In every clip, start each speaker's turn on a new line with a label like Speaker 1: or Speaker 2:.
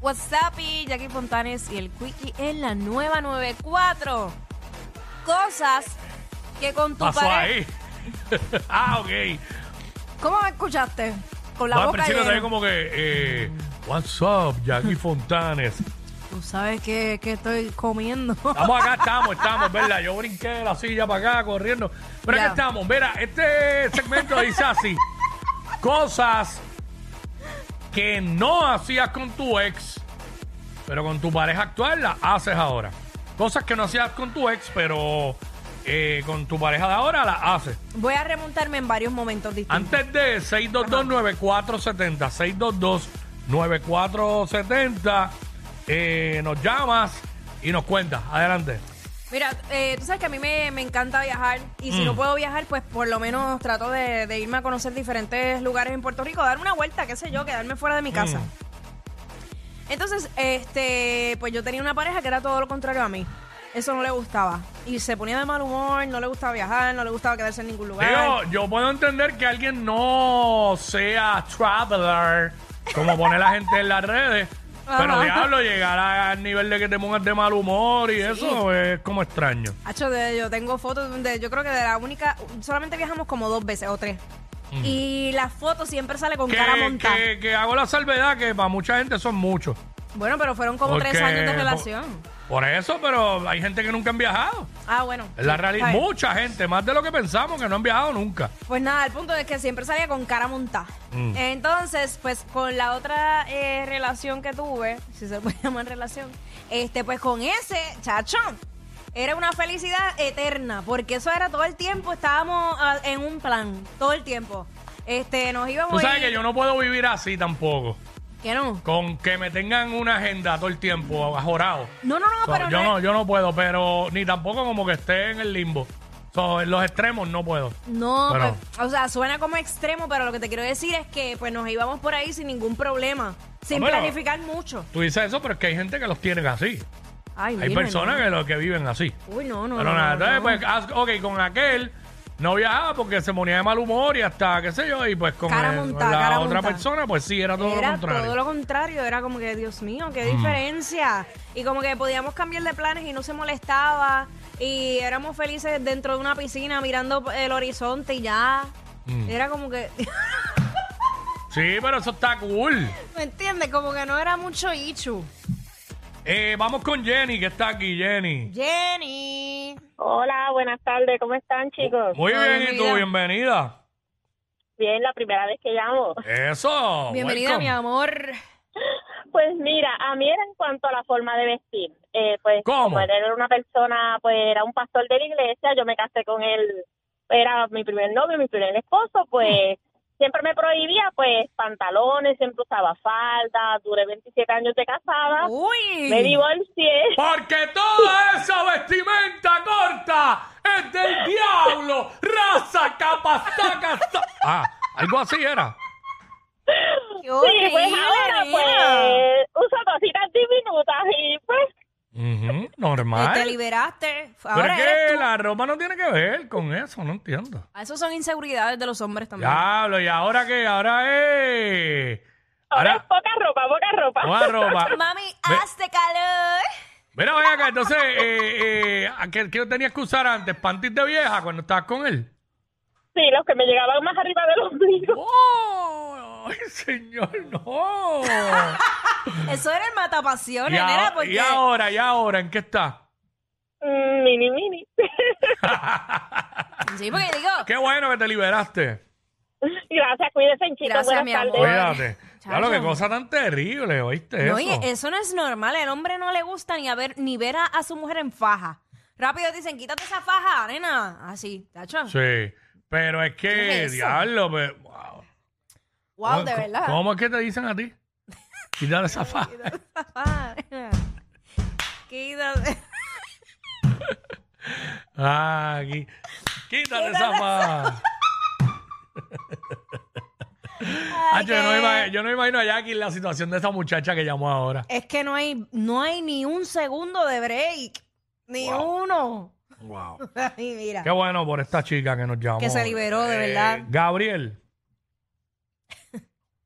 Speaker 1: WhatsApp y Jackie Fontanes y el Quickie en la nueva 94. Cosas que con tu
Speaker 2: Pasó
Speaker 1: pareja.
Speaker 2: ahí. ah, ok.
Speaker 1: ¿Cómo me escuchaste? Con la
Speaker 2: No, al
Speaker 1: boca
Speaker 2: principio
Speaker 1: llena.
Speaker 2: también como que, eh, what's up, Jackie Fontanes.
Speaker 1: Tú sabes que, que estoy comiendo.
Speaker 2: Estamos acá, estamos, estamos, ¿verdad? Yo brinqué de la silla para acá corriendo. Pero
Speaker 1: Ya.
Speaker 2: aquí estamos. Mira, este segmento dice así. Cosas que no hacías con tu ex, pero con tu pareja actual las haces ahora. Cosas que no hacías con tu ex, pero eh, con tu pareja de ahora las haces.
Speaker 1: Voy a remontarme en varios momentos distintos.
Speaker 2: Antes de 622-9470, 622-9470, eh, nos llamas y nos cuentas. Adelante.
Speaker 1: Mira, eh, tú sabes que a mí me, me encanta viajar y si no puedo viajar, pues por lo menos trato de, de irme a conocer diferentes lugares en Puerto Rico, dar una vuelta, qué sé yo, quedarme fuera de mi casa. Entonces, este, pues yo tenía una pareja que era todo lo contrario a mí. Eso no le gustaba. Y se ponía de mal humor, no le gustaba viajar, no le gustaba quedarse en ningún lugar.
Speaker 2: Digo, yo puedo entender que alguien no sea traveler, como pone la gente en las redes, pero
Speaker 1: Ajá.
Speaker 2: diablo, llegar al nivel de que te pongas de mal humor y eso es como extraño.
Speaker 1: Hacho, de- yo tengo fotos de, yo creo que de la única, solamente viajamos como dos veces o tres. Y las fotos siempre sale con
Speaker 2: Que,
Speaker 1: cara montada.
Speaker 2: que- que hago la salvedad que para mucha gente son muchos.
Speaker 1: Bueno, pero fueron como tres
Speaker 2: Porque-
Speaker 1: años de relación.
Speaker 2: Por eso, pero hay gente que nunca han viajado.
Speaker 1: Ah, bueno.
Speaker 2: Es la
Speaker 1: Sí,
Speaker 2: realidad.
Speaker 1: está bien.
Speaker 2: Mucha gente, más de lo que pensamos, que no han viajado nunca.
Speaker 1: Pues nada, el punto es que siempre salía con cara montada.
Speaker 2: Mm.
Speaker 1: Entonces, pues con la otra eh, relación que tuve, si se puede llamar relación, este, pues con ese, chachón, era una felicidad eterna, porque eso era todo el tiempo, estábamos ah, en un plan, todo el tiempo. Este, nos íbamos
Speaker 2: Tú sabes
Speaker 1: y-
Speaker 2: que yo no puedo vivir así tampoco.
Speaker 1: ¿Que no?
Speaker 2: Con que me tengan una agenda todo el tiempo, ajorado.
Speaker 1: No, no, no,
Speaker 2: So,
Speaker 1: pero
Speaker 2: yo
Speaker 1: no,
Speaker 2: no, yo no puedo, pero ni tampoco como que esté en el limbo. So, en los extremos no puedo.
Speaker 1: No,
Speaker 2: Pero-
Speaker 1: pues, o sea, suena como extremo, pero lo que te quiero decir es que pues nos íbamos por ahí sin ningún problema, sin
Speaker 2: Ah, bueno.
Speaker 1: planificar mucho.
Speaker 2: Tú dices eso, pero es que hay gente que los tienen así.
Speaker 1: Ay,
Speaker 2: Hay
Speaker 1: virgen,
Speaker 2: personas
Speaker 1: no.
Speaker 2: que, los que viven así.
Speaker 1: Uy, no, no.
Speaker 2: pero
Speaker 1: no,
Speaker 2: nada,
Speaker 1: no,
Speaker 2: entonces,
Speaker 1: no.
Speaker 2: pues, haz- ok, con aquel no viajaba porque se ponía de mal humor y hasta, qué sé yo, y pues con,
Speaker 1: Cara
Speaker 2: el- con
Speaker 1: montada,
Speaker 2: la
Speaker 1: cara
Speaker 2: otra
Speaker 1: montada.
Speaker 2: persona, pues sí, era todo lo
Speaker 1: Era
Speaker 2: contrario. Mm.
Speaker 1: todo lo contrario, era como que, Dios mío, qué diferencia. Y como que podíamos cambiar de planes y no se molestaba. Y éramos felices dentro de una piscina mirando el horizonte y ya.
Speaker 2: Mm.
Speaker 1: Era como que,
Speaker 2: Sí, pero eso está cool.
Speaker 1: ¿me entiendes? Como que no era mucho ichu.
Speaker 2: Eh, vamos con Jenny, que está aquí, Jenny.
Speaker 1: Jenny.
Speaker 3: Hola, buenas tardes, ¿cómo están chicos?
Speaker 2: Muy
Speaker 1: Hola,
Speaker 2: bien, y tú,
Speaker 1: bienvenida.
Speaker 2: bienvenida.
Speaker 3: Bien, la primera vez que llamo.
Speaker 2: Eso.
Speaker 1: Bienvenida,
Speaker 2: Oh, welcome.
Speaker 1: mi amor.
Speaker 3: Pues mira, a mí era en cuanto a la forma de vestir. Eh, pues
Speaker 2: ¿Cómo?
Speaker 3: como él era una persona, pues era un pastor de la iglesia, yo me casé con él, era mi primer novio, mi primer esposo, pues siempre me prohibía pues pantalones, siempre usaba falda, duré 27 años de casada,
Speaker 1: Uy.
Speaker 3: me divorcié.
Speaker 2: Porque toda esa vestimenta corta es del diablo. Raza, capa, saca, sa- Ah, algo así era.
Speaker 1: Qué
Speaker 3: Sí,
Speaker 1: horrible,
Speaker 3: pues ahora
Speaker 1: nena.
Speaker 3: pues uso cositas diminutas y pues
Speaker 2: Ujú,
Speaker 1: Te
Speaker 2: normal.
Speaker 1: liberaste.
Speaker 2: Pero
Speaker 1: Ahora
Speaker 2: es
Speaker 1: eres
Speaker 2: que
Speaker 1: tú.
Speaker 2: la ropa no tiene que ver con eso, no entiendo.
Speaker 1: Ah, Esos son inseguridades de los hombres también.
Speaker 2: Diablo, ¿y ahora qué? Ahora es...
Speaker 3: ahora es
Speaker 2: Ahora...
Speaker 3: poca ropa, poca ropa.
Speaker 2: Nueva ropa.
Speaker 1: Mami,
Speaker 2: Ve-
Speaker 1: hazte calor.
Speaker 2: Mira, ven acá, entonces, eh, eh, ¿a ¿qué, qué tenías que usar antes? ¿Pantis de vieja cuando estabas con él?
Speaker 3: Sí, los que me llegaban más arriba del ombligo.
Speaker 2: ¡Oh! ¡Ay, señor, no!
Speaker 1: Eso era el matapasiones,
Speaker 2: y, a-
Speaker 1: nena, pues porque.
Speaker 2: y ahora, y ahora, ¿en qué está?
Speaker 3: Mm, mini, mini.
Speaker 1: Sí, porque digo.
Speaker 2: ¡Qué bueno que te liberaste!
Speaker 3: Gracias, cuídense,
Speaker 1: Gracias,
Speaker 3: chicos.
Speaker 1: mi
Speaker 3: Buenas
Speaker 1: amor.
Speaker 3: tardes.
Speaker 2: Cuídate.
Speaker 1: Chacho.
Speaker 2: Claro, qué cosa tan terrible, ¿oíste
Speaker 1: No,
Speaker 2: eso?
Speaker 1: oye, eso no es normal. El hombre no le gusta ni a ver, ni ver a, a su mujer en faja. Rápido dicen, quítate esa faja, nena. Así, tacho.
Speaker 2: Sí, pero es
Speaker 1: ¿Qué
Speaker 2: que,
Speaker 1: es eso?
Speaker 2: diablo, pero- wow.
Speaker 1: Wow, de
Speaker 2: ¿Cómo-
Speaker 1: verdad.
Speaker 2: ¿Cómo es que te dicen a ti? Quítate esa faja.
Speaker 1: Ah, nena. Quítate.
Speaker 2: Ah, aquí. Quítate esa faja. Ah,
Speaker 1: Ay,
Speaker 2: yo, no
Speaker 1: qué-
Speaker 2: ima- yo no imagino a Jackie en la situación de esa muchacha que llamó ahora.
Speaker 1: Es que no hay, no hay ni un segundo de break. Ni uno.
Speaker 2: Wow.
Speaker 1: Ay, mira.
Speaker 2: Qué bueno por esta chica que nos llamó.
Speaker 1: Que se liberó, de verdad.
Speaker 2: Gabriel.
Speaker 4: ¿Me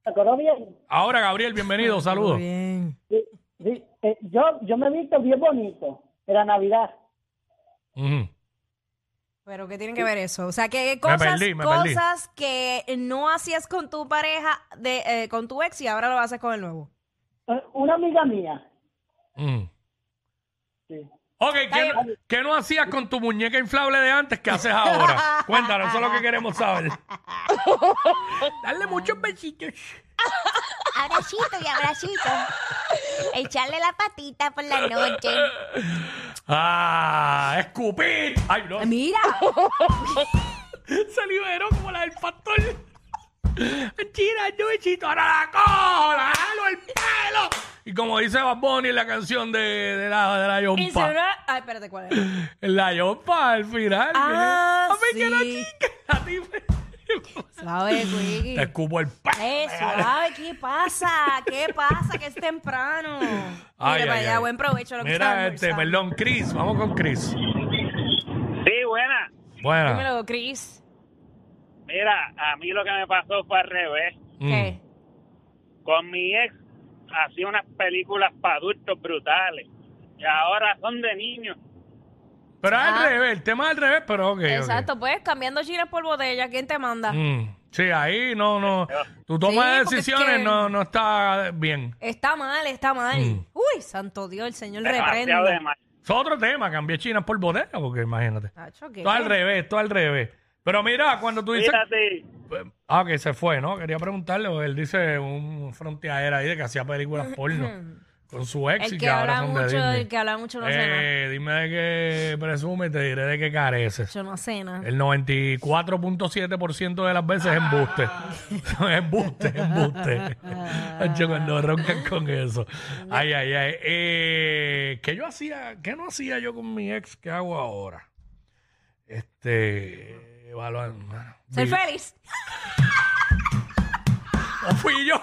Speaker 4: acuerdo bien?
Speaker 2: Ahora, Gabriel, bienvenido, saludos.
Speaker 1: Bien.
Speaker 4: Sí, sí, eh, yo, yo me he visto bien bonito en la Navidad.
Speaker 2: Ujú.
Speaker 1: Pero ¿qué tiene que ver eso? O sea, que cosas,
Speaker 2: perdí, me perdí.
Speaker 1: cosas que no hacías con tu pareja, de, eh, con tu ex y ahora lo haces con el nuevo.
Speaker 4: Eh, Una amiga mía.
Speaker 2: Ujú.
Speaker 4: Sí.
Speaker 2: Ok, ¿qué, no- qué no hacías con tu muñeca inflable de antes? ¿Qué haces ahora? Cuéntanos, eso es lo que queremos saber. Dale muchos besitos.
Speaker 5: Abracito y abracito. Echarle la patita por la noche.
Speaker 2: Ah, escupir. Ay, no.
Speaker 1: Mira,
Speaker 2: Se liberó como la del pastor. Chira, yo besito, ahora la cojo, la jalo el pelo. Y como dice Bad Bunny en la canción de, de la, de la
Speaker 1: y se
Speaker 2: Yompa.
Speaker 1: una- Ay, espérate, ¿cuál es?
Speaker 2: La Yompa al final.
Speaker 1: Ah,
Speaker 2: que- Ay, que la
Speaker 1: sí.
Speaker 2: chica, la tipa-
Speaker 1: Suave, Quickie.
Speaker 2: Te escupo el pelo.
Speaker 1: Eh, suave, ¿qué pasa? ¿Qué pasa? Que es temprano. Mira
Speaker 2: Ay,
Speaker 1: para
Speaker 2: ay,
Speaker 1: allá,
Speaker 2: ay.
Speaker 1: buen provecho lo que
Speaker 2: Mira,
Speaker 1: estás
Speaker 2: este,
Speaker 1: almorzando.
Speaker 2: perdón, Chris. Vamos con Chris.
Speaker 6: Sí, buena.
Speaker 2: Bueno.
Speaker 1: Dímelo, Cris.
Speaker 6: Mira, a mí lo que me pasó fue al revés.
Speaker 2: mm.
Speaker 1: ¿Qué?
Speaker 6: Con mi ex hacía unas películas para adultos brutales. Y ahora son de niños.
Speaker 2: Pero es
Speaker 1: Ah.
Speaker 2: al revés, el tema es al revés, pero ok. ok.
Speaker 1: Exacto, pues cambiando chiles por botella, ¿quién te manda?
Speaker 2: Mm, Sí, ahí no, no. Tu toma
Speaker 1: Sí,
Speaker 2: de
Speaker 1: porque es
Speaker 2: decisiones
Speaker 1: que-
Speaker 2: no, no está bien.
Speaker 1: Está mal, está mal.
Speaker 2: Mm.
Speaker 1: Uy, santo Dios, el Señor
Speaker 6: Demasiado de
Speaker 1: reprenda.
Speaker 6: mal.
Speaker 2: Es otro tema, cambié China por bodega, porque imagínate.
Speaker 1: Tacho, ¿qué?
Speaker 2: Todo al revés, todo al revés. Pero mira, cuando tú dices...
Speaker 6: Fíjate,
Speaker 2: Ah, que se fue, ¿no? Quera preguntarle, porque él dice un fronteadera ahí de que hacía películas porno con su ex y
Speaker 1: El
Speaker 2: que
Speaker 1: que
Speaker 2: ahora
Speaker 1: habla
Speaker 2: son de
Speaker 1: mucho,
Speaker 2: Disney.
Speaker 1: el que habla mucho no cena.
Speaker 2: Eh, dime de qué presume, te diré de qué careces.
Speaker 1: Yo no cena.
Speaker 2: El 94.7% de las veces es embuste. embuste, embuste. Yo cuando roncan con eso. Ay, ay, ay. Eh, ¿Qué yo hacía? ¿Qué no hacía yo con mi ex? ¿Qué hago ahora? Este. evaluar-
Speaker 1: Ser
Speaker 2: vi-
Speaker 1: feliz.
Speaker 2: No fui yo.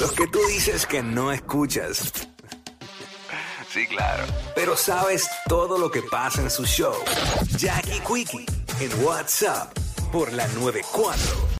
Speaker 7: Los que tú dices que no escuchas. Sí, claro. Pero sabes todo lo que pasa en su show. Jackie Quickie en WhatsApp por la 94.